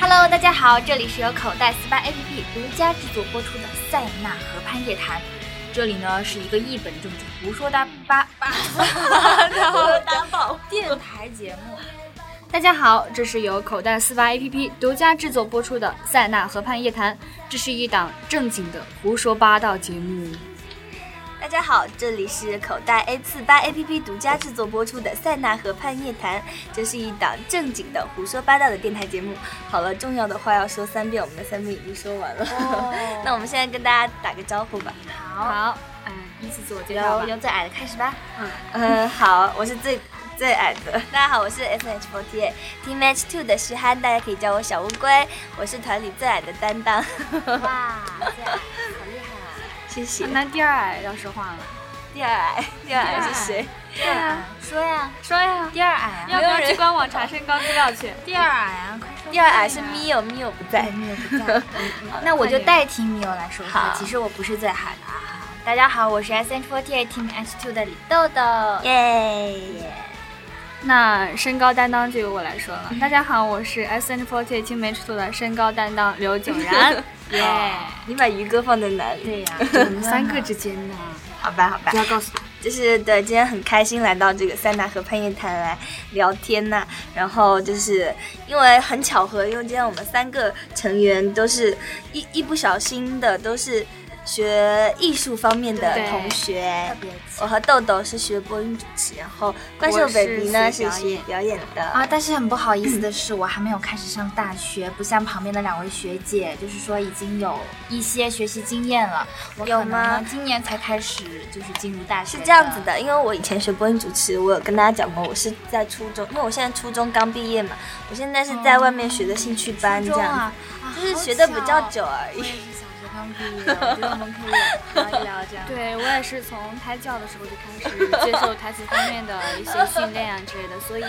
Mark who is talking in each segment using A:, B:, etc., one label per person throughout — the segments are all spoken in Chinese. A: Hello，大家好，这里是由口袋四八 APP 独家制作播出的《塞纳河畔夜谈》，这里呢是一个一本正经胡说搭八八
B: 打宝。
A: 电台节目。 大家好，这是由口袋四八 APP 独家制作播出的《塞纳河畔夜谈》，这是一档正经的胡说八道节目。
B: 大家好，这里是口袋 A 四八 APP 独家制作播出的《塞纳河畔夜谈》，这是一档正经的胡说八道的电台节目。好了，重要的话要说三遍，我们的三遍已经说完了。 那我们现在跟大家打个招呼吧。
A: 好，嗯，依次自我介绍
B: 由
A: 吧。
B: 由最矮的开始吧。
A: 嗯，
B: 嗯，好，我是 最最矮的。大家好，我是 SH48 Team H Two 的诗涵，大家可以叫我小乌龟。我是团里最矮的担当，
C: 哇，这样好厉害啊！
B: 谢谢。
A: 那第二矮要说话了。
B: 第二矮，第二矮哎是谁？
A: 对啊，
C: 说呀，
A: 说呀，
C: 第二矮啊，
A: 要不要去官网查身高资料去？
C: 第二矮啊，快说！
B: 第二矮是 Mio，Mio 不在。
C: 缪不在，那我就代替缪来说
B: 好
C: 话。其实我不是最矮的啊。大家好，我是 S N Forty Eight Team H Two 的李豆豆。
A: 呃
B: 耶！
A: 那身高担当就由我来说了。大家好，我是 SN48 青梅出的身高担当刘景 然，耶！
B: 你把鱼哥放在哪里？
C: 对呀，
A: 我们三个之间呢，
B: 好吧，好吧
A: 不，要告诉他。
B: 就是对，今天很开心来到这个塞纳河畔夜谈来聊天呐、然后就是因为很巧合，因为今天我们三个成员都是一一不小心的都是学艺术方面的
A: 对
B: 同学
C: 特。别
B: 我和豆豆是学播音主持，然后怪兽
A: 我是
B: baby 呢
A: 学表
B: 是学
A: 演
B: 表演的。
C: 啊！但是很不好意思的是，我还没有开始上大学，不像旁边的两位学姐，就是说已经有一些学习经验了。我
B: 有
C: 可能
B: 吗
C: 呢今年才开始，就是进入大学。
B: 是这样子，
C: 啊
B: 的，因为我以前学播音主持，我有跟大家讲过，我是在初中，因为我现在初中刚毕业嘛，我现在是在外面学的兴趣班
C: 初
B: 这
C: 中
B: 样
C: 啊
B: 子，，
C: 啊
B: 就是
C: 好
B: 学的比较
C: 巧
B: 久而
C: 我也
B: 已。
C: 是小学刚毕业，我觉得我们可以聊一聊这样。
A: 对我也是从胎教的时候就开始接受台词方面的一些训练啊之类的，所以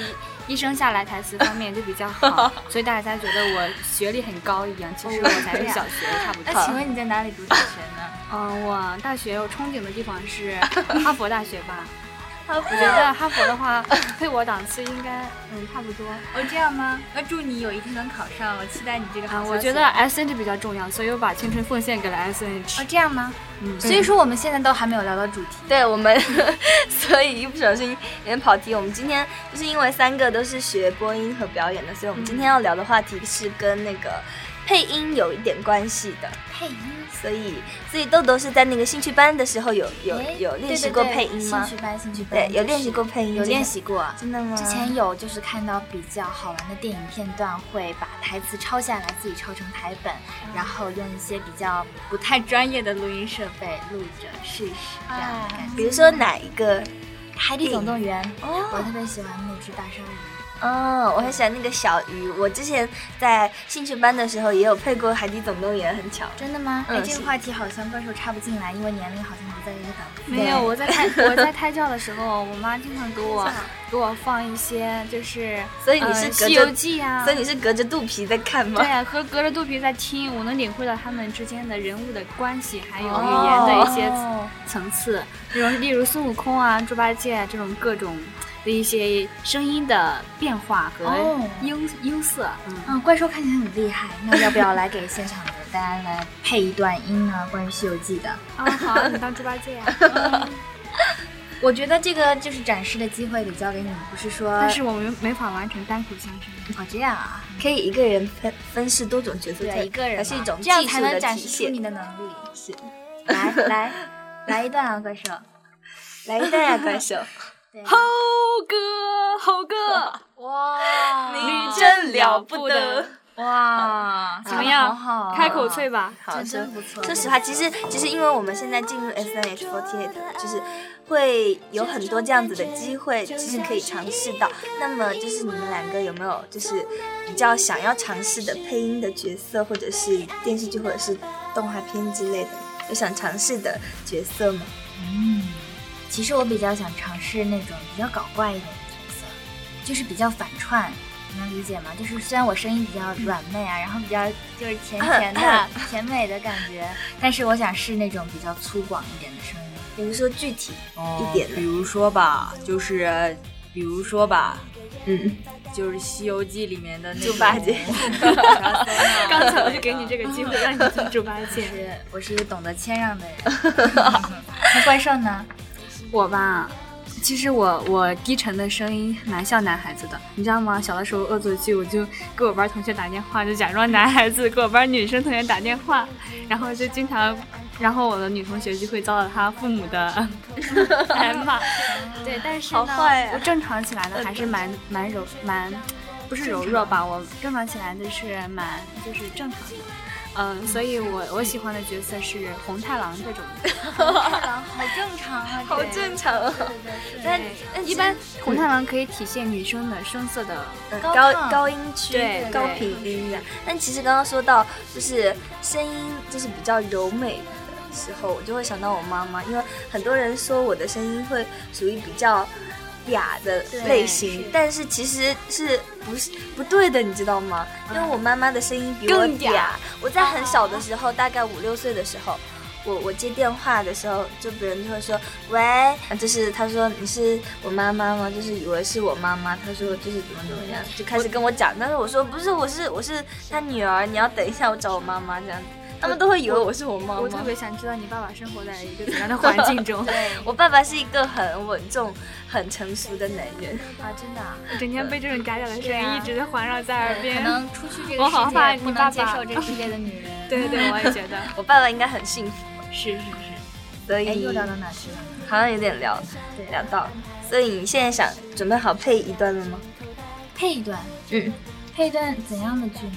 A: 一生下来台词方面就比较 好，所以大家觉得我学历很高一样，其实我才是小学差不多。
C: 哎那请问你在哪里读大学呢？
A: 嗯，我大学有憧憬的地方 是哈佛大学吧。
B: 他不
A: 我觉得哈佛的话，配我档次应该嗯差不多
C: 哦，这样吗？那祝你有一天能考上，我期待你这个
A: 啊。我觉得 S N 比较重要，所以我把青春奉献给了 S N
C: 哦
A: H。，
C: 这样吗？
A: 嗯
C: 所以说我们现在都还没有聊到主题。
B: 对我们， 所以一不小心有点跑题。我们今天就是因为三个都是学播音和表演的，所以我们今天要聊的话题是跟那个配音有一点关系的。
C: 配音
B: 所以，所以豆豆是在那个兴趣班的时候有有
C: 哎
B: 有练习
C: 对对
B: 过
C: 对
B: 配音吗
C: 兴？趣班，兴趣
B: 对
C: 班，，
B: 有练习过，配音，
C: 有练，习过。啊
B: 真的吗？
C: 之前有就是看到比较好玩的电影片段，会把台词抄下来，自己抄成台本，然后用一些比较不太专业的录音设备录着试一试，这样
A: 啊
C: 的感觉。
B: 比如说哪一个？
C: 海底哦总动员》，我
B: 哦，
C: 特别喜欢那只大鲨鱼。
B: 嗯，我很喜欢那个小鱼。我之前在兴趣班的时候也有配过《海底总动员》，很巧。
C: 真的吗？
B: 嗯
C: 哎，这
B: 是
C: 个话题好像怪兽插不进来，因为年龄好像不在这个档次。
A: 没有，我在胎我 在胎教的时候，我妈经常给我给我放一些就是，
B: 所以你
A: 呃
B: 是隔着
A: 西游记》啊
B: 所以。你是隔着肚皮在看吗
C: 啊
A: 对？呀、和隔着肚皮在听，我能领会到他们之间的人物的关系，还有语言的一些
C: 哦
A: 层次，例如例如孙悟空啊、猪八戒啊这种各种的一些声音的变化和
C: 哦
A: 音、音色， 嗯，
C: 嗯，怪兽看起来很厉害，那要不要来给现场的大家来配一段音呢？关于《西游记》的，
A: 啊好啊，你当猪八戒呀、啊
C: 我觉得这个就是展示的机会得交给你，不是说
A: 但是我们没法完成单口相声。
C: 哦这样啊，
B: 可以一个人分分饰多种角色，才
C: 对，一个人嘛
B: 才是一种
C: 这样
B: 技
C: 才
B: 术的
C: 能展
B: 体
C: 示出
B: 现。
C: 你的能力。
B: 是
C: 来来来一段啊，怪兽，
B: 来一段呀，怪兽，
C: 对，
A: 猴哥，猴哥，
C: 哇，
B: 你真了不得。
C: 哇，
A: 怎么样？
C: 好好啊
A: 开口脆吧。
B: 好，
C: 真
B: 说
C: 真不错
B: 说实话，其实其实因为我们现在进入 S N H forty eight，就是会有很多这样子的机会，就是可以尝试到。那么就是你们两个有没有就是比较想要尝试的配音的角色，或者是电视剧或者是动画片之类的，有想尝试的角色吗？
C: 嗯，其实我比较想尝试那种比较搞怪一点的角色，就是比较反串，你能理解吗？就是虽然我声音比较软妹啊，然后比较就是甜甜 的、甜美的感觉，但是我想试那种比较粗犷一点的声音。
B: 比如说具体
D: 哦
B: 一点的
D: 比如说吧，就是比如说吧，
B: 嗯，
D: 就是《西游记》里面的那
B: 猪八戒。
A: 刚才我就给你这个机会，让你听猪八戒。
C: 是我是一个懂得谦让的人。 那怪兽呢？
A: 我吧，其实我我低沉的声音蛮像男孩子的，你知道吗？小的时候恶作剧，我就给我班同学打电话，就假装男孩子，给我班女生同学打电话，然后就经常，然后我的女同学就会遭到她父母 的挨骂。 对，但是
B: 好
A: 呢，
B: 坏呀
A: 我正常起来的还是蛮蛮柔蛮，不是柔弱吧？我正常起来的是蛮就是正常的。嗯，所以我我喜欢的角色是红太狼这种的。
C: 好正常啊，
B: 好正常啊。但但
A: 一般红太狼可以体现女生的声色的
B: 嗯
C: 高
B: 高
C: 亢
B: 高音区、
A: 对对
B: 高频音的。但其实刚刚说到，就是声音就是比较柔美的时候，我就会想到我妈妈，因为很多人说我的声音会属于比较嗲的类型，但是其实是不是不对的，你知道吗？因为我妈妈的声音比我
A: 更
B: 嗲。我在很小的时候，大概五六岁的时候。我我接电话的时候，就别人就会说喂，呃就是他说你是我妈妈吗？就是以为是我妈妈，他说就是怎么怎么样，就开始跟我讲。但是我说不是，我是我是他女儿，你要等一下，我找我妈妈这样子。他们都会以为我是我妈妈。
A: 我特别 想知道你爸爸生活在一个怎 样的环境中，
B: 我爸爸是一个很稳重、很成熟的男人。
C: 啊，真的啊，
A: 整天被这种嗲嗲的声
C: 对
A: 音
C: 啊
A: 一直环绕在耳
C: 可
A: 边。
C: 能出去这
A: 我
C: 个世
A: 好怕
C: 界
A: 你
C: 不
A: 爸
C: 能接
A: 爸
C: 受这个世界的 女人。
A: 对对，我也觉得
B: 我爸爸应该很幸福，
A: 是是是。
B: 所以
C: 哎，又聊到哪去了？
B: 好像有点聊
C: 对
B: 聊到。所以你现在想准备好配一段了吗？
C: 配一段，
B: 嗯，
C: 配一段怎样的剧呢？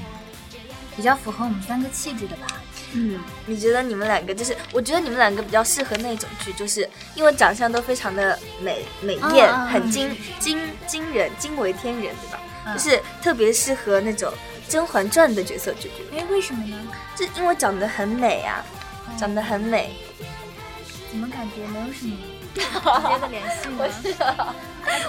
C: 比较符合我们三个气质的吧？
A: 嗯，
B: 你觉得你们两个就是？我觉得你们两个比较适合那种剧，就是因为长相都非常的美美艳，
C: 嗯嗯嗯
B: 很惊惊惊人，惊为天人，对吧？
C: 嗯
B: 就是特别适合那种《甄嬛传》的角色，就觉得
C: 哎，为什么呢？
B: 这因为长得很美啊，
C: 嗯
B: 长得很美。
C: 怎么感觉没有 什么直接的联系呢？嗯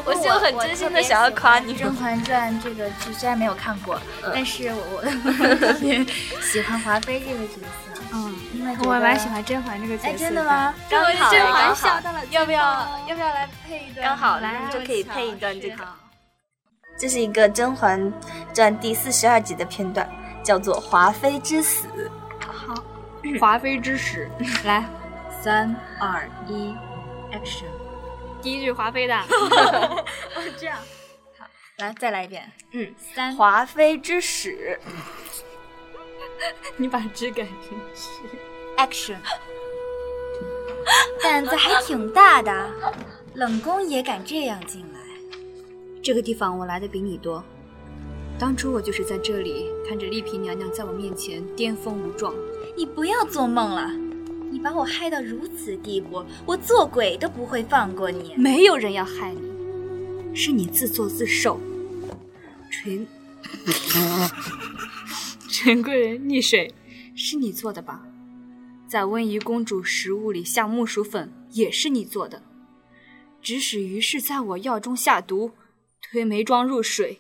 B: 我是有很真心的想要夸你
C: 《甄嬛传》这个剧虽然没有看过，
B: 嗯
C: 但是我我特别喜欢华妃这个角色，
A: 嗯，
C: 因为觉
A: 我
C: 得
A: 蛮喜。欢甄嬛这个角色。
B: 哎，真 的？吗？刚
A: 我
B: 好，哎
A: 甄嬛
B: 刚
A: 笑
B: 好，
A: 到了，要不要要不要来配一段？
B: 刚好，
A: 来
B: 来
A: 啊
B: 就可以配一段
A: 是
B: 这个。这是一个《甄嬛传》第四十二集的片段，叫做《华妃之死》。
A: 好，华妃之死，来
C: 三二一，Action！
A: 第一句华妃的。
C: 这样，好，来再来一遍。
B: 嗯，
C: 三
B: 华妃之死。
A: 你把质改成是
C: Action！胆子还挺大的，冷宫也敢这样进来。
A: 这个地方我来的比你多。当初我就是在这里看着丽嫔娘娘在我面前巅峰无状，
C: 你不要做梦了，你把我害到如此地步，我做鬼都不会放过你。
A: 没有人要害你，是你自作自受。 纯纯贵人溺水，是你做的吧？在温宜公主食物里下木薯粉，也是你做的。指使于氏在我药中下毒，推梅庄入水，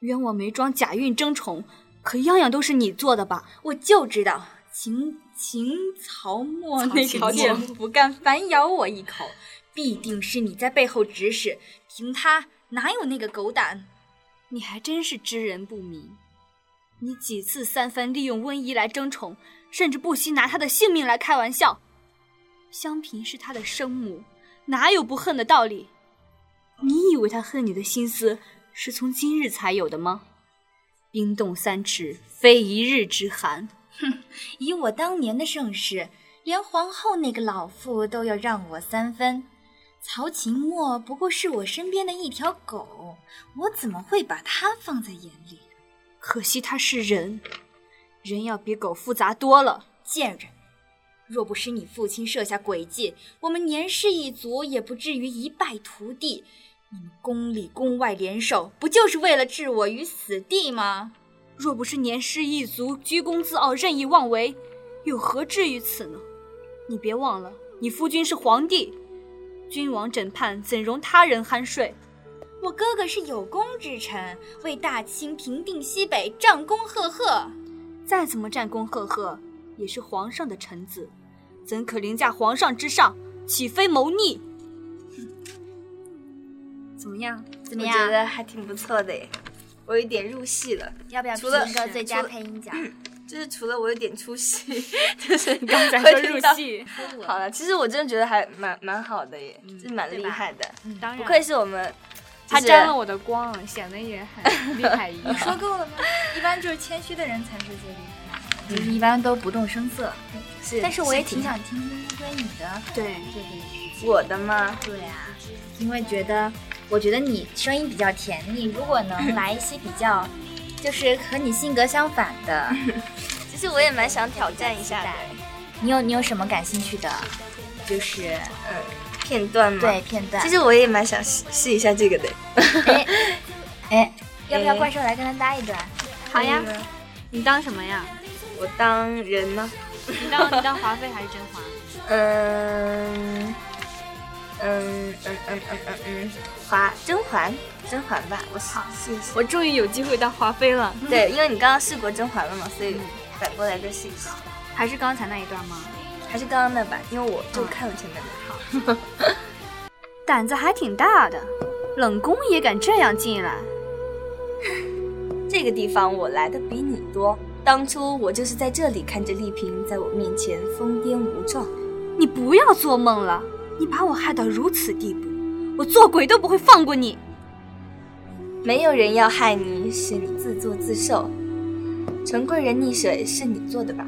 A: 冤我梅庄假孕争宠，可样样都是你做的吧？
C: 我就知道秦秦曹沫那
A: 曹
C: 个
A: 沫
C: 贱不干，反咬我一口，必定是你在背后指使。凭他哪有那个狗胆？
A: 你还真是知人不明。你几次三番利用温宜来争宠，甚至不惜拿她的性命来开玩笑。香嫔是她的生母，哪有不恨的道理？你以为她恨你的心思是从今日才有的吗？冰冻三尺，非一日之寒。
C: 以我当年的盛世，连皇后那个老妇都要让我三分。曹琴墨不过是我身边的一条狗，我怎么会把他放在眼里？
A: 可惜她是人，人要比狗复杂多了。
C: 贱人！若不是你父亲设下诡计，我们年氏一族也不至于一败涂地。你们宫里宫外联手，不就是为了置我于死地吗？
A: 若不是年氏一族居功自傲、任意妄为，又何至于此呢？你别忘了，你夫君是皇帝，君王枕畔怎容他人酣睡？
C: 我哥哥是有功之臣，为大清平定西北，战功赫赫。
A: 再怎么战功赫赫，也是皇上的臣子，怎可凌驾皇上之上？岂非谋逆？怎么样？
C: 怎么
B: 我
C: 样？
B: 觉得还挺不错的耶，我有点入戏了，
C: 要不要
B: 除了
C: 评一个最佳
B: 除了
C: 配音奖？
B: 就是除了我有点出 戏，就是你
A: 刚才说入。戏，
B: 好了，其实我真的觉得还蛮蛮好的耶，就是蛮厉
A: 对吧
B: 害的，
A: 当然
B: 不愧是我们，
A: 他
B: 就是
A: 沾了我的光，显得也 很厉害一样。
C: 说够了吗？一般就是谦虚的人才是最厉害的，嗯就是一般都不动声色。
B: 是，
C: 但是我也
B: 挺
C: 挺想听听乌龟你的
A: 对，
C: 这个意见。
B: 我的吗？
C: 对啊，因为觉得，我觉得你声音比较甜腻，如果能来一些比较，就是和你性格相反 的，
B: 其实我也蛮想挑战一下的，
C: 你有你有什么感兴趣的？就是
B: 嗯，片段吗？
C: 对，片段。
B: 其实我也蛮想试试一下这个的。
C: 哎哎，要不要
B: 哎
C: 怪兽来跟他搭一段？
A: 好呀，你当什么呀？
B: 嗯我当人呢，
A: 你当你当华妃还是甄嬛？
B: 嗯嗯嗯嗯嗯嗯嗯，华甄嬛，甄嬛吧，我好试一试。
A: 我终于有机会当华妃了，
B: 对，因为你刚刚试过甄嬛了嘛，所以反过来再试一试。
A: 还是刚才那一段吗？
B: 还是刚刚那版，因为我就看了前面的。好，
A: 胆子还挺大的，冷宫也敢这样进来。
B: 这个地方我来的比你多。当初我就是在这里看着丽嫔在我面前疯癫无状，
A: 你不要做梦了，你把我害到如此地步，我做鬼都不会放过你。
B: 没有人要害你，是你自作自受。陈贵人溺水是你做的吧？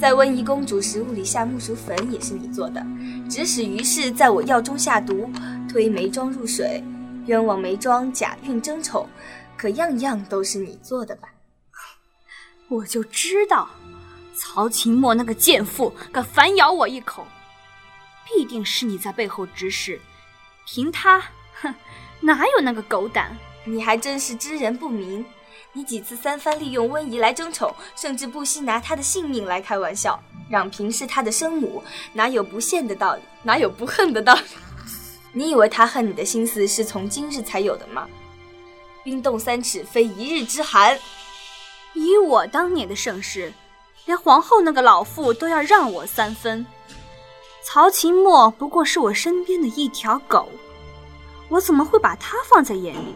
B: 在温宜公主食物里下木薯粉也是你做的。指使于氏在我药中下毒，推眉庄入水，冤枉眉庄假孕争宠，可样样都是你做的吧？
A: 我就知道，曹琴墨那个贱妇敢反咬我一口，必定是你在背后指使。凭他，哼，哪有那个狗胆？
B: 你还真是知人不明。你几次三番利用温宜来争宠，甚至不惜拿她的性命来开玩笑。壤平是她的生母，哪有不羡的道理？哪有不恨的道理？ 你以为她恨你的心思是从今日才有的吗？冰冻三尺，非一日之寒。
A: 以我当年的盛世，连皇后那个老妇都要让我三分。曹琴墨不过是我身边的一条狗，我怎么会把她放在眼里？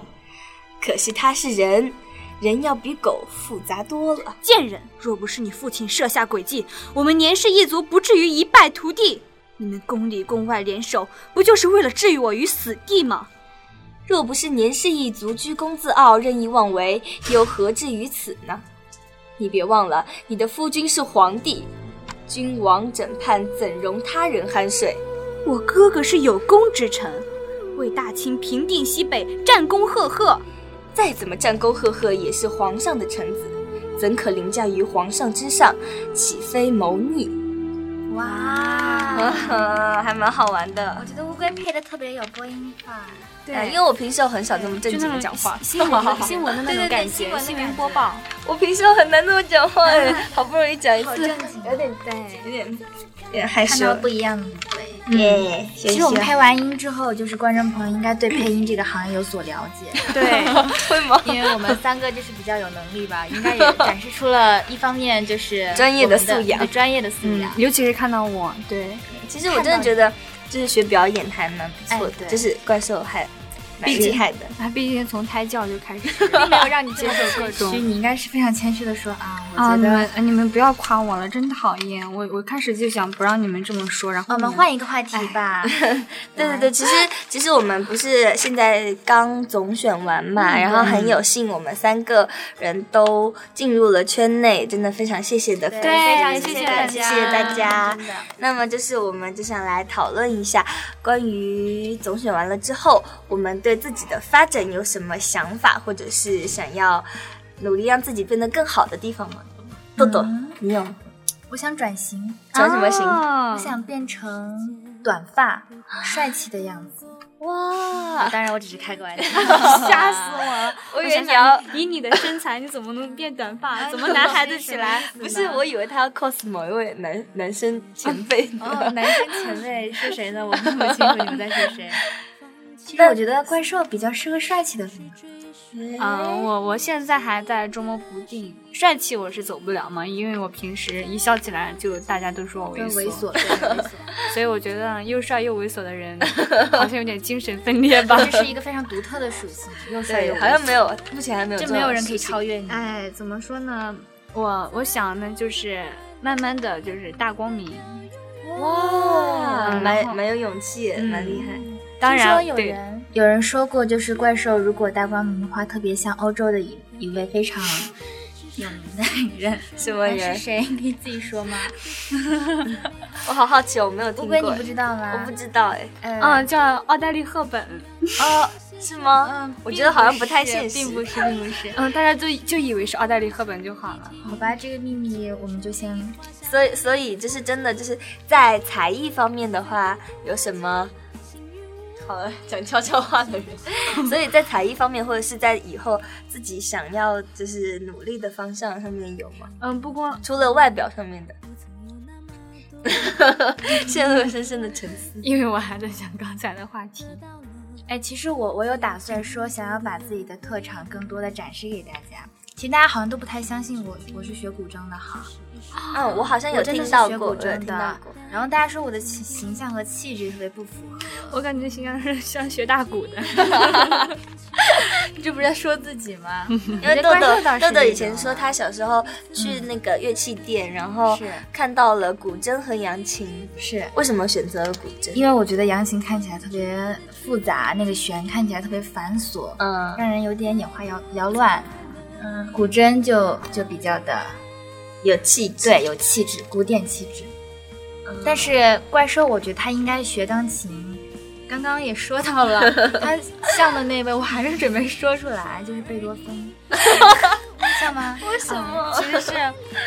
B: 可是她是人，人要比狗复杂多了。
A: 贱人！若不是你父亲设下诡计，我们年氏一族不至于一败涂地。你们宫里宫外联手，不就是为了置我于死地吗？
B: 若不是年氏一族居功自傲、任意妄为，又何至于此呢？你别忘了，你的夫君是皇帝，君王枕畔怎容他人酣睡？
A: 我哥哥是有功之臣，为大清平定西北，战功赫赫。
B: 再怎么战功赫赫，也是皇上的臣子，怎可凌驾于皇上之上？岂非谋逆？
A: 啊
C: 哇，
B: 还蛮好玩的
C: 我。觉得乌龟配的特别有播音范儿。
B: 对，因为我平时有很少这么正经的讲话，
A: 新闻的新闻的那种
C: 对
A: 感
C: 对
A: 觉，
C: 对新闻
A: 新
C: 的
A: 闻
C: 感觉
A: 播报。
B: 我平时很难这么讲话， 哎好不容易讲一
C: 好
B: 次，
C: 正经
B: 有点
A: 对，
B: 有点有点害
C: 看
B: 羞
C: 到。不一样的乌龟。
B: 耶，其
C: 其实我们配完音之后，就是观众朋友应该对配音这个行业有所了解，
A: 对，
B: 会吗？
C: 因为我们三个就是比较有能力吧，应该也展示出了一方面 就是
B: 专业的素养
C: 我们的对专业的素养。
A: 尤其是看到我，对，
B: 其实我真的觉得，就是学表演还蛮不错
C: 哎
B: 的，
C: 对
B: 就是怪兽还蛮
A: 毕竟
B: 厉害的。
A: 他毕竟从胎教就开始，
C: 并没有让你接
A: 受各种
C: 其实你应该是非常谦虚的说啊，我
A: 啊，
C: 觉
A: 你
C: 得、
A: 们你们不要夸我了，真讨厌！我我开始就想不让你们这么说，然后
C: 我
A: 你
C: 们换一个话题吧。
A: 哎
B: 对对对，其实
C: 嗯
B: 其实我们不是现在刚总选完嘛，然后
C: 嗯
B: 很有幸我们三个人都进入了圈内，真的非常谢谢的粉丝，
A: 非常
B: 谢
A: 谢谢
B: 大
A: 大
B: 谢
A: 家
B: 谢大家。
C: 真的
B: 那么就是我们就想来讨论一下关于总选完了之后，我们对自己的发展有什么想法，或者是想要努力让自己变得更好的地方吗？豆豆，你有
C: 嗯我想转型，
B: 转什么型？
C: 我
A: 型？
C: 想变成短发、帅气的样子。
B: 哇！
C: 当然，我只是开个玩笑。
A: 吓死我了！
B: 我以
A: 我
B: 为
A: 想
B: 你要
A: 想， 以你的身材，你怎么能变短 发？怎么男孩子起 来？
B: 不是，我以为他要 cos 某一位男男生前辈呢。
C: 哦，男生前辈是谁呢？我 们不清楚你们在说谁。其实我觉得怪兽比较适合帅气的风格，
A: 嗯，我我现在还在捉摸不定，帅气我是走不了嘛，因为我平时一笑起来就大家都说 我
C: 跟
A: 猥
C: 猥琐，对 猥
A: 所以我觉得又帅又猥琐的 人好像有点精神分裂 吧。
C: 琐，这是一个非常独特的属性，又帅又
B: 对，
C: 猥
B: 好像
C: 琐
B: 没有，目前还没有
C: 这
B: 种
C: 没有人可以
B: 事情
C: 超越 你。
A: 哎，怎么说呢？我我想呢，就是慢慢的就是大光明，嗯然
B: 哇，
A: 后
B: 蛮蛮有勇气，
A: 嗯
B: 蛮厉害。
A: 当
C: 听
A: 然
C: 说有
A: 对
C: 人有人说过，就是怪兽如果大光明的话，特别像欧洲的一一位非常有名的 人，
B: 什么
C: 那是
B: 人？
C: 谁？你自己说吗？
B: 我好好奇，我没有
C: 乌
B: 听
C: 龟
B: 过
C: 你
B: 哎。
C: 不知道吗？
B: 我不知道哎，
C: 呃，
A: 嗯，叫奥黛丽·赫本。
B: 哦，是吗？我觉得好像不太现实，
C: 并不是，并不是。
A: 嗯，大家就就以为是奥黛丽·赫本就好了。
C: 好吧，这个秘密我们就先
B: 所以所以就是真的就是在才艺方面的话，有什么？好了，讲悄悄话的 人，所以在才艺方面，或者是在以后自己想要就是努力的方向上面有吗？
A: 嗯，不光
B: 除了外表上面的，陷入了深深的沉思。
A: 因为我还在想刚才的话题。
C: 哎，其实我我有打算说，想要把自己的特长更多的展示给大家。其实大家好像都不太相信我，我是学古筝的哈，
B: 嗯，我好像有
C: 哦我真的
B: 听
C: 是
B: 到
C: 学
B: 过，
C: 古
B: 我有
C: 筝
B: 听到
C: 的
B: 过。。
C: 然后大家说我的形形象和气质特别不符 合，
A: 我感觉形象是像学大鼓的。
C: 这不是在说自己 吗？因
B: 因为豆豆豆豆以前说他小时候去那个乐器店，然后
C: 是
B: 看到了古筝和扬琴，
C: 是
B: 为什么选择了古筝？
C: 因为我觉得扬琴看起来特别复杂，那个弦看起来特别繁琐，
B: 嗯，
C: 让人有点眼花缭缭乱。嗯，古筝就就比较的
B: 有气质。
C: 对，有气质，嗯古典气质。但是怪兽，我觉得他应该学钢琴。刚刚也说到 了，他像的那位，我还是准备说出来，就是贝多 芬，像吗？为什么？
A: 其实是，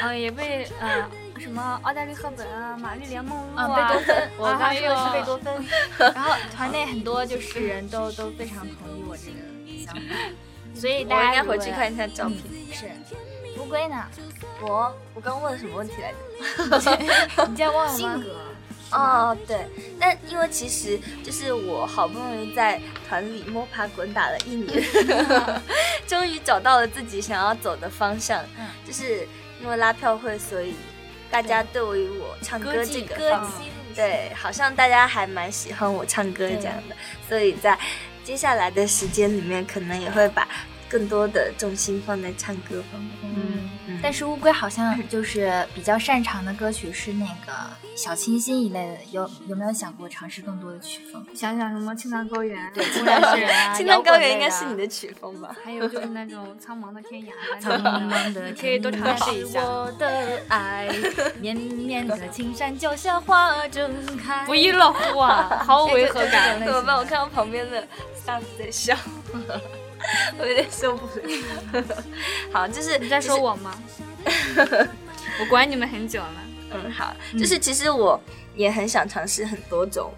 A: 呃，也被呃什么奥黛丽·赫本啊、玛丽莲·梦露
C: 啊，贝多芬，我
A: 啊
C: 刚
A: 还
C: 说的是贝
A: 有
C: 多芬。 然后团内很多就是人都都非常同意我这个想法，所以
B: 我
C: 大家
B: 应该
C: 如果
B: 回去看一下照片。
C: 嗯是乌龟呢？
B: 我我刚问了什么问题来着？
C: 你竟然忘了性格
B: 哦，对，但因为其实就是我好不容易在团里摸爬滚打了 一年，终于找到了自己想要走的方向。
C: 嗯
B: 就是因为拉票会，所以大家对于我唱歌这个
C: 歌
B: 方面，
C: 姬路线。
B: 对，好像大家还蛮喜欢我唱歌这样的，所以在接下来的时间里面，可能也会把更多的重心放在唱歌方面。
C: 嗯
B: 嗯，
C: 但是乌龟好像就是比较擅长的歌曲是那个小清新一类的，有有没有想过尝试更多的曲风？
A: 想想什么青藏高原，
C: 对，青藏高原啊，
B: 青藏高
C: 摇
B: 原
C: 滚类啊
B: 应该是你的曲风吧？
A: 还有就是那种苍茫的天涯啊，
C: 苍茫的
A: 你可以多尝试一下
C: 是。我的爱，绵绵的青山脚下花正开。
A: 不亦乐乎啊，毫无违和
C: 哎
A: 感
C: 对。
B: 怎么办？我看到旁边的 staff 在笑， 我有点受不了。好，就是
A: 你在说
B: 就是
A: 我吗？我管你们很 久了。
B: 嗯，好，就是其实我也很想尝试很多种。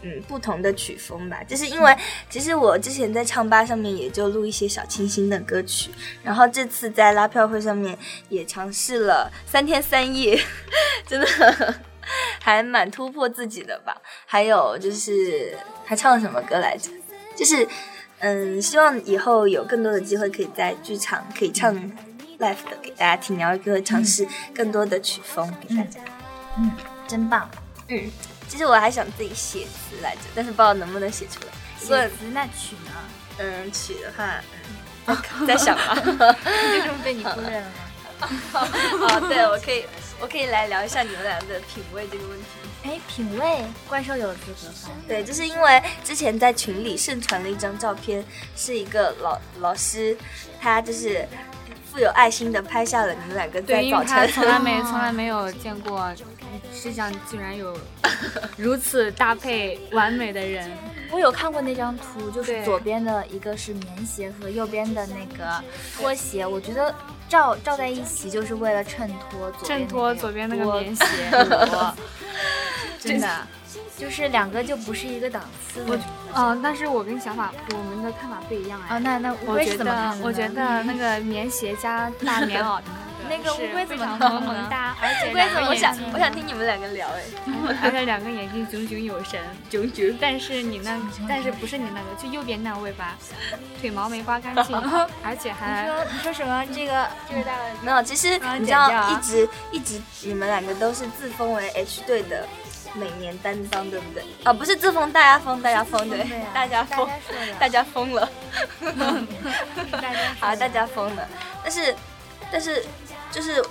B: 嗯，不同的曲风吧，就是因为其实我之前在唱吧上面也就录一些小清新的歌曲，然后这次在拉票会上面也尝试了三天三夜， 真的还蛮突破自己的吧。还有就是还唱了什么歌来着？就是嗯，希望以后有更多的机会可以在剧场可以唱 live 的给大家听，然后就会尝试更多的曲风给大家。
C: 嗯，真棒。
B: 嗯，其实我还想自己写词来着，但是不知道能不能写出来。如果
C: 写词那曲呢？
B: 嗯曲 的话，嗯， 再想吧。
C: 就这么被你忽略了吗？
B: 哦，对，我可以，我可以来聊一下你们俩的品味这个问题。
C: 哎，品味，怪兽有资格发言。
B: 对，就是因为之前在群里盛传了一张照片，是一个老老师，他就是富有爱心的拍下了你们两个在
A: 对，因
B: 早
A: 为他从
B: 餐。
A: 来没从来没有见过世上居然有如此搭配完美的 人。
C: 我有看过那张图，就是
A: 对
C: 左边的一个是棉鞋和右边的那个拖鞋，我觉得照照在一起就是为了衬托左边
A: 衬托左边那个棉
C: 鞋， 真的就是两个就不是一个档次的。
A: 嗯、但是我跟想法，我们的看法不一样哎。
C: 啊，那那乌
A: 我
C: 龟
A: 觉
C: 是怎么看
A: 得
C: 的，呢
A: 我觉得那个棉鞋加大棉袄的那程，
B: 那
A: 是
B: 个乌龟
A: 非
B: 怎么
A: 常
B: 那么
A: 萌萌
B: 萌
A: 哒，而且
B: 乌龟
A: 两
B: 怎
A: 个
B: 么？我
A: 眼
B: 想
A: 睛，
B: 我想听你们两个聊哎。
A: 而且两个眼睛炯炯有神，炯炯。但是你那，但是不是你那个，就右边那位吧，腿毛没刮干 净，而且还
C: 你说什么？这个
A: 就是大了
B: 没有，其实
A: 刚刚
B: 你
A: 剪
B: 知
A: 掉
B: 道，
A: 啊
B: 一直一直你们两个都是自封为 H 队的每年单方，对不对？啊，不是自封，大家封，大家封，对，大家
C: 啊大
B: 封
C: 家，说的，
B: 大家封了，
C: 大家
B: 好，大家封了。但是，但是，就是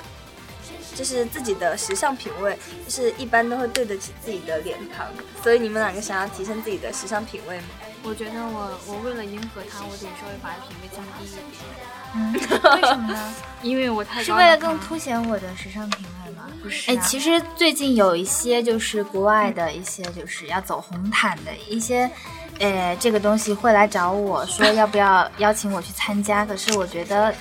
B: 就是自己的时尚品味，就是一般都会对得起自己的脸庞。所以你们两个想要提升自己的时尚品味吗？
A: 我觉得我我为了迎合他，我得稍微把品味降低一点，
C: 嗯为什么呢？
A: 因为我太
C: 是
A: 高
C: 为了
A: 他
C: 更凸显我的时尚品味吗？
A: 不是
C: 哎，
A: 啊
C: 其实最近有一些就是国外的一些就是要走红毯的一些，呃，这个东西会来找我说要不要邀请我去参加，可是我觉得，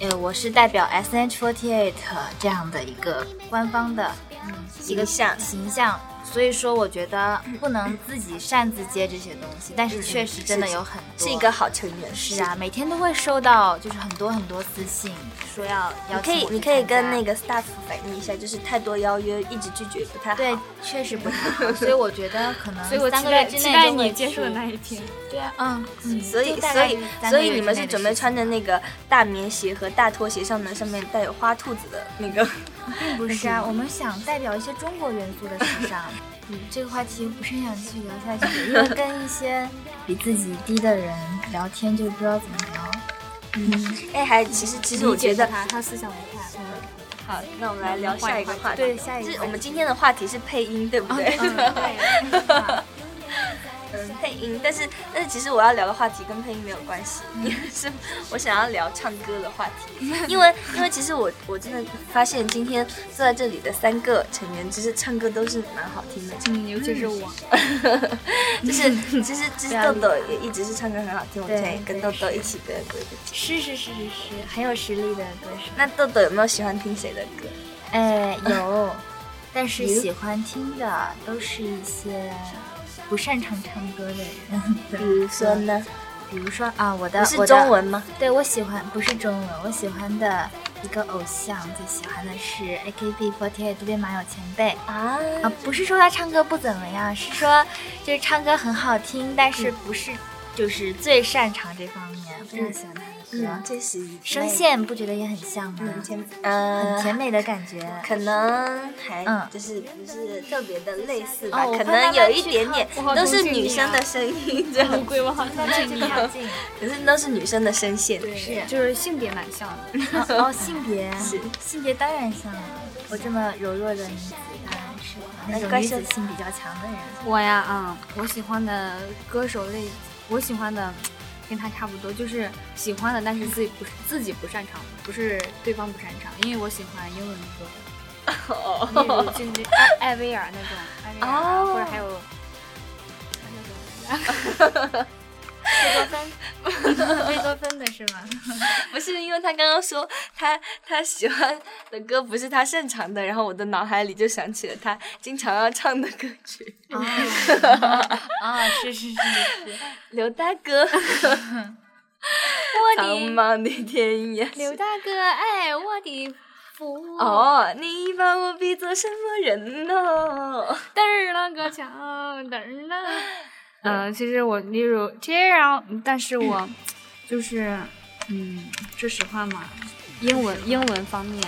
C: 呃，我是代表 S H forty eight 这样的一个官方的一个
B: 形象
C: 形象。所以说，我觉得不能自己擅自接这些东西，但是确实真的有很多
B: 是一个好成员，
C: 是啊，每天都会收到就是很多很多私信，说要
B: 你
C: 邀
B: 可
C: 请
B: 以
C: 我，去
B: 你可以
C: 参加
B: 跟那个 staff 反映一下，就是太多邀约一直拒绝不太好。
C: 对，确实不太 好，所以我觉得可能
A: 所以我
C: 三
A: 期
C: 个月
A: 待
C: 之
A: 期
C: 内
A: 待
C: 就会
A: 你接受的那一天。
C: 对啊，嗯嗯，
B: 所以
C: 就大
B: 所
C: 概
B: 以
C: 是三
B: 所
C: 个
B: 以
C: 月
B: 你们
C: 之内
B: 是
C: 的
B: 准备
C: 事
B: 穿着那个大棉鞋和大拖鞋，上面上面带有花兔子的那 个。
C: 情不是
B: 嗯
C: 啊？我们想代表一些中国元素的时 尚。嗯，这个话题不是很想继续聊下去，因为跟一些比自己低的人聊天就不知道怎么聊。
B: 哎，还
C: 嗯
B: 其实其实我
A: 理解
B: 觉得，
A: 他，他思想不太好。
B: 好，那我们来聊下一个话题。
C: 对，下一
B: 就是
C: 个
B: 我们今天的话题是配音，对不对？
C: 嗯
B: 嗯，配音，但是但是其实我要聊的话题跟配音没有关系， 是我想要聊唱歌的话 题，因为因为其实我我真的发现今天坐在这里的三个成员，其实唱歌都是蛮好听的，
A: 嗯，尤其是 我，
B: 就是其实其实豆豆也一直是唱歌很好听，我之前也
C: 对
B: 跟豆豆一起歌过一个节目
C: 是是是是是，很有实力的歌手。
B: 那豆豆有没有喜欢听谁的歌？
C: 哎，有， 但是喜欢听的都是一些不擅长唱歌的人。对
B: 比如说呢？
C: 比如说啊，我的
B: 不嗯是
C: 我的
B: 中文吗？
C: 对我喜欢不是中文，我喜欢的一个偶像，最喜欢的是 AKB48 这边马友前辈
B: 啊，
C: 啊，不是说他唱歌不怎么样，是说就是唱歌很好听，但是不是就是最擅长这方面，非常喜欢他的歌，
B: 嗯，这是一类
C: 啊声，线不觉得也很像吗？
B: 嗯，甜，呃，
C: 很甜美的感觉。
B: 可能还
C: 嗯
B: 就是不是特别的类似吧，
C: 哦我
B: 可
C: 怕他
B: 能
C: 们
B: 有一
C: 去
B: 点
C: 看
B: 点
A: 我好
B: 都是
A: 同情
B: 女
A: 你
B: 生
A: 啊
B: 的声音这样，
A: 龟我好像
C: 那这个要进
B: 可是都是女生的声线。
A: 对，嗯就是性别蛮像的。
C: 哦哦，性别
B: 是
C: 性别当然像了，我这么柔弱的女子当然是我那种
B: 关
C: 女
B: 系
C: 子性比较强 的人。
A: 我呀，嗯，我喜欢的歌手类，我喜欢的跟他差不多，就是喜欢的，但是自己不自己不擅长，不是对方不擅长，因为我喜欢英文歌，
C: 哦
A: 例如就那艾 艾薇儿那种，艾薇儿啊，
B: 哦
A: 或者还有
C: 贝多芬的是吗？
B: 不是因为他刚刚说他他喜欢的歌不是他擅长的，然后我的脑海里就想起了他经常要唱的歌曲
C: 啊啊，是是是是是，
B: 《刘大 哥》。苍茫的天涯。
A: 刘大哥哎爱我的福，
B: 哦，你把我比作什么人呢？
A: 嘚儿了个墙，嘚儿 了。嗯，其实我例如这样，但是 我就是嗯，说实话嘛，英文英文方面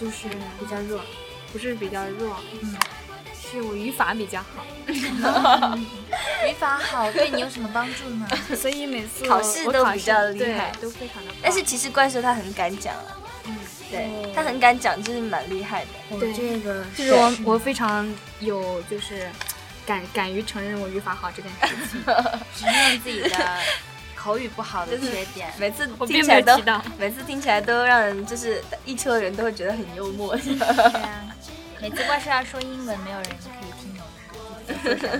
A: 就是比较弱，不是比较弱，嗯，是我语法比较好，
C: 语法好对你有什么帮助 呢？
A: 所以每次
B: 考
A: 我
B: 试
A: 我
B: 都
A: 考
B: 比
A: 试
B: 较厉害
A: 对，都非常的棒。
B: 但是其实怪兽他很敢讲啊，对他很敢讲，就是蛮厉害的。
C: 我
A: 对
C: 这个
A: 就是我我非常有就是敢敢于承认我语法好这件事情。
C: 承认自己的口语不好的缺 点。
B: 每次
A: 我
B: 听
A: 并
B: 起
A: 没
B: 来
A: 有
B: 都
A: 提到，
B: 每次听起来都让人就是一车人都会觉得很幽默。
C: 对啊，每次怪兽要说英文，没有人可以听懂他。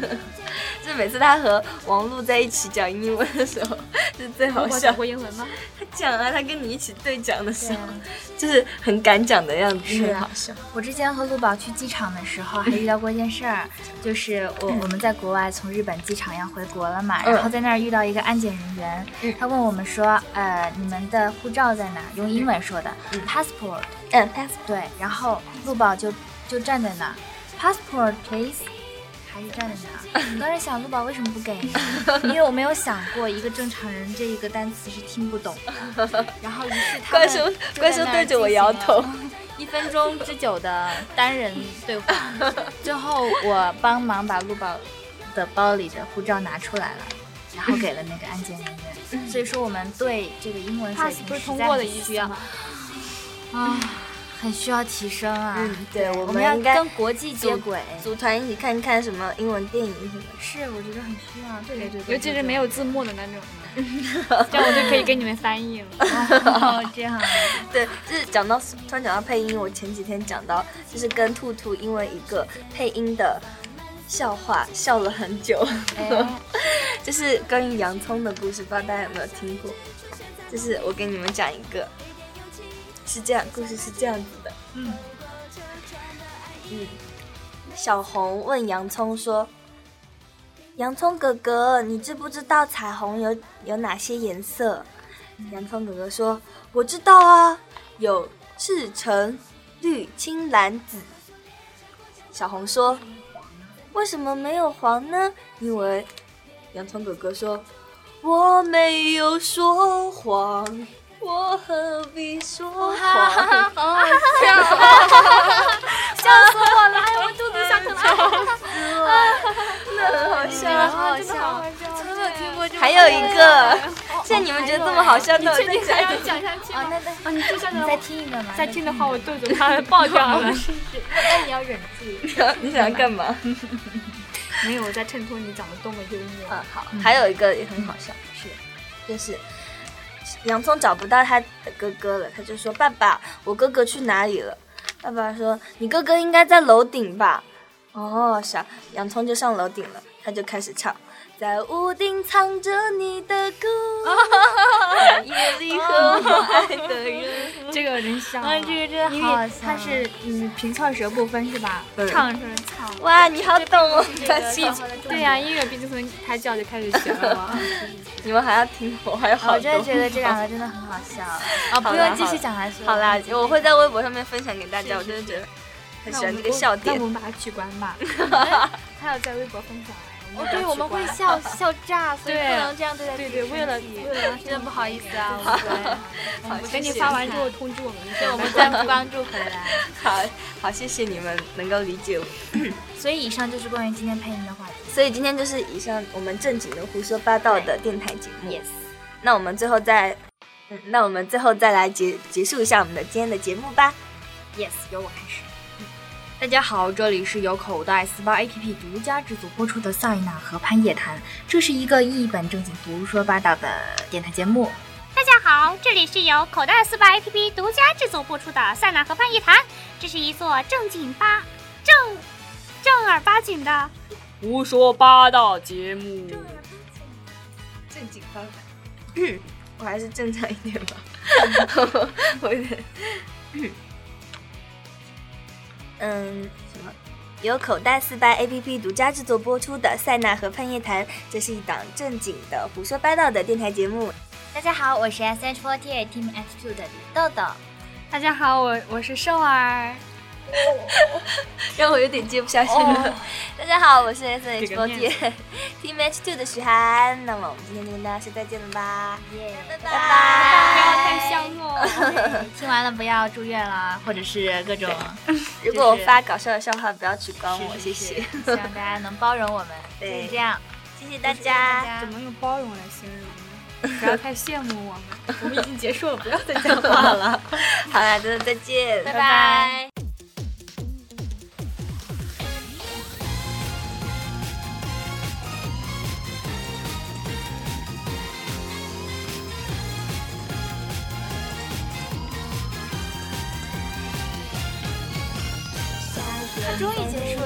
B: 就是每次他和王璐在一起讲英文的时候，是最好
A: 我
B: 笑
A: 讲。过英文 吗？
B: 他讲啊，他跟你一起对讲的时
C: 对
B: 候，
C: 啊
B: 就是很敢讲的样子，
C: 是啊
B: 很好笑。
C: 我之前和陆宝去机场的时候，还遇到过一件事儿，就是我我们在国外从日本机场要回国了嘛，
B: 嗯
C: 然后在那儿遇到一个安检人员，他问我们说，呃，你们的护照在哪？用英文说的，passport。
B: 嗯，pass
C: 对，然后陆宝就就站在那儿，passport please，还是站在那儿。我当时想，陆宝为什么不给呢？因为我没有想过一个正常人这一个单词是听不懂 的。然后于是他
B: 怪
C: 们
B: 兽
C: 就在
B: 怪兽
C: 那儿
B: 对着我
C: 进行
B: 摇
C: 了
B: 头。
C: 一分钟之久的单人对 话，最后我帮忙把陆宝的包里的护照拿出来了。然后给了那个安检人员，所以说我们对这个英文水
A: pass 不
C: 平
A: 是
C: 实
A: 通
C: 在
A: 过的
C: 很
A: 意
C: 需
A: 思
C: 要
A: 吗？
C: 啊，很需要提升啊。
B: 嗯对我
C: 我
B: 们
C: 要
B: 应该
C: 跟国际接
B: 组
C: 轨。
B: 组团一起看看什么英文电影什么的。
C: 是，我觉得很需要。对对对
A: 尤其是没有字幕的那种的，这样我就可以给你们翻译了。
C: 哦，这样啊。
B: 对，就是讲到突然讲到配音，我前几天讲到就是跟兔兔因为一个配音的笑话笑了很久，
C: 哎，
B: 就是关于洋葱的故事，不知道大家有没有听过？就是我给你们讲一个，是这样，故事是这样子的，
C: 嗯
B: 嗯，小红问洋葱说：“洋葱哥哥，你知不知道彩虹有有哪些颜色？”洋葱哥哥说：“我知道啊，有赤橙绿青蓝紫。”小红说：“为什么没有黄呢？因为……”洋葱哥哥说：“我没有说谎，我何必说谎？”好笑，好笑，
A: 真的听过这
B: 还有一个，现在你们觉得这么好笑，那我再
A: 还要
B: 讲一个。
A: 讲下去
C: 哦，
A: 吗？
C: 那那
A: 啊，你就像
C: 你再听一个嘛。
A: 再听的话，我哎对准他爆掉了。
C: 那你要忍 住。
B: 你想要干嘛？
A: 没有，我在衬托你长得多么优越。
B: 嗯，好，还有一个也很好笑，是，就是洋葱找不到他的哥哥了，他就说：“爸爸，我哥哥去哪里了？”爸爸说：“你哥哥应该在楼顶吧？”哦，小洋葱就上楼顶了，他就开始唱。在屋顶藏着你的歌，在夜里和我爱的人。
A: 这个人像啊，
C: 啊，这个真
A: 因
C: 的好
A: 为
C: 笑。
A: 他是嗯平翘舌不分是吧
B: 对？
A: 唱出来唱。
B: 哇，你好懂哦！
A: 对呀、音乐毕竟从胎教就开始学了嘛。
B: 你们还要听我，还有好多。
C: 我真的觉得这两个真的很好笑。啊，不用继续讲下去。
B: 好啦，我会在微博上面分享给大家。我真的觉得很
A: 那
B: 喜
A: 我
B: 欢这
A: 们
B: 个
A: 公
B: 笑
A: 那
B: 点
A: 我。们把它取关吧。他要在微博分享哎。
C: 哦
A: 们，
C: 对，
A: 要
C: 我
A: 取
C: 们会
A: 关
C: 笑笑炸，所以不
A: 对啊
C: 能这样对待自
A: 对
C: 己
A: 对，
C: 的身体。
A: 为了为了让
C: 真的不好意思啊，我们
B: 好，
A: 等你
B: 谢谢
A: 发完之后通知我们一
C: 对，
A: 下。
C: 我们再关注回来。
B: 好好，谢谢你们能够理解我。
C: 所以以上就是关于今天配音的话题。
B: 所以今天就是以上我们正经的胡说八道的电台节目。那我们最后再，嗯，那我们最后再来结结束一下我们的今天的节目吧。
C: Yes，由我开始。嗯
D: 大家好，这里是由口袋四八 APP 独家制作。
C: 播出的《萨与那河畔夜谈》，这是一个一本正经胡说八道的电台节目。
E: 大家好，这里是由口袋四八 APP 独家制作播出的《塞纳河畔一谈》，这是一座正经八正正儿八经的
D: 胡说八道节目，
B: 正经八百， 我还是正常一点吧， 我有点， 嗯，什么？由口袋四八 APP 独家制作播出的《塞纳河畔夜谈》，这是一档正经的胡说八道的电台节目。
C: 大家好，我是 SH48 Team Attitude 的李豆豆。
A: 大家好，我我是瘦儿。
B: 让我有点接不下去了。哦大家好， 我是 S H 4 T Team H Two 的许涵。那么我们今天就跟大家说再见了吧，
C: 耶、
B: 拜拜。
A: 不要太香哦。
C: 听完了不要住院啦，或者是各种，
B: 如果我发搞笑的笑话，不要取关我，谢
C: 是是是，
B: 谢
C: 希望大家能包容 我们。
B: 对
C: 就是这样，
B: 谢谢大家。
A: 怎么用包容来形容呢？不要太羡慕我们，我们已经结束了，不要再讲话了。
B: 好啦，真的再见，
C: 拜拜终于结束了呀！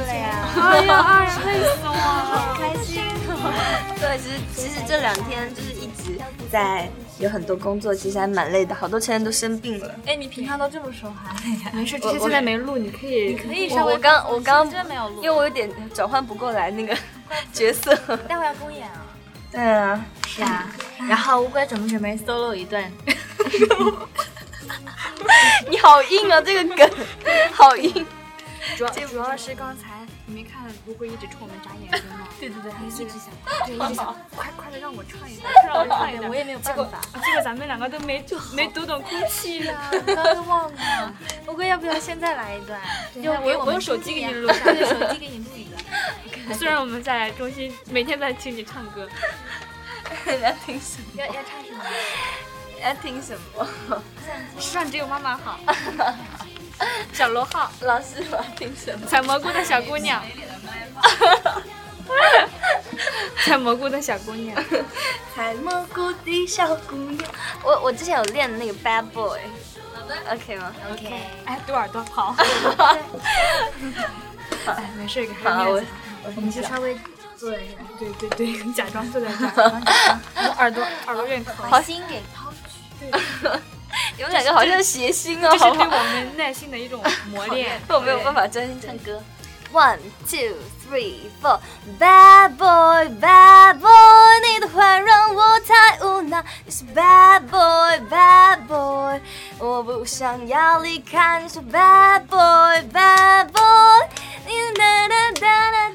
A: 哎呀，二，累死我了。哎
C: 开心。
B: 对，其实其实这两天就是一直在有很多工作，其实还蛮累的，好多成员都生病了。
F: 哎，你平常都这么说话的 呀？
A: 没事，这些现在没录，你可以可
F: 可以稍
B: 我
F: 微
B: 我刚我刚
F: 真没有录，
B: 因为我有点转换不过来那 个角色。
F: 待会儿要公演啊。
B: 对啊，
C: 是啊， 然后乌龟准备准备 solo 一段，
B: 你好硬啊，这个梗好硬。
A: 主要主要是刚才你没看乌龟一直冲我们眨眼睛吗？ 对对对，一直 想，对一直想，快快的让我唱一段，啊让我唱一段。
F: 我也没有办法。
A: 这个咱们两个都没 没读懂空气呀、
F: 刚刚忘了，乌龟要 不要现在来一段？
A: 就我我用手机给你录下
F: 啊对，手机给你录一 段。
A: 虽然我们在中心每天在听你唱歌，
B: 要听什么？
F: 要要唱什么？
B: 要听什么？
A: 世啊上只有妈妈好。小罗号，
B: 老师，我要听什 么？
A: 采蘑菇的小姑 娘。采蘑菇的小姑娘，
B: 采蘑菇的小姑娘。我我之前有练那个 Bad Boy。OK 吗？
A: 哎，堵耳朵 好。哎，没事，给他
B: 好，
A: 面
B: 我
A: 子。
C: 我们就稍微做一下，
A: 对对对， 假装坐在这儿， 我耳朵耳朵有点疼。
C: 把心给抛去。
B: 你们两个好像谐星
A: 这
B: 哦，
A: 是
B: 好不
A: 对
B: 好？
A: 我们耐心的一种 磨练。
B: 我没有办法专心唱歌。One, two, three, four. Bad boy, bad boy，你的话让我太无奈。你是 bad boy, bad boy，我不想要离开。你是 bad boy, bad boy，你哒哒哒哒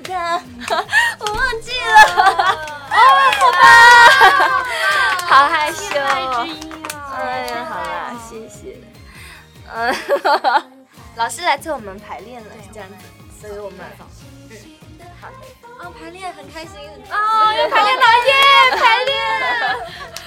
B: 哒， 我忘 记了。哦， 好吧，好害羞哦。哎呀，好啦，谢 谢。嗯，老师来催我们排练了，是这样子，所以我们
F: 啊，排练很开心，很
B: 哦，要排练了耶，排练了。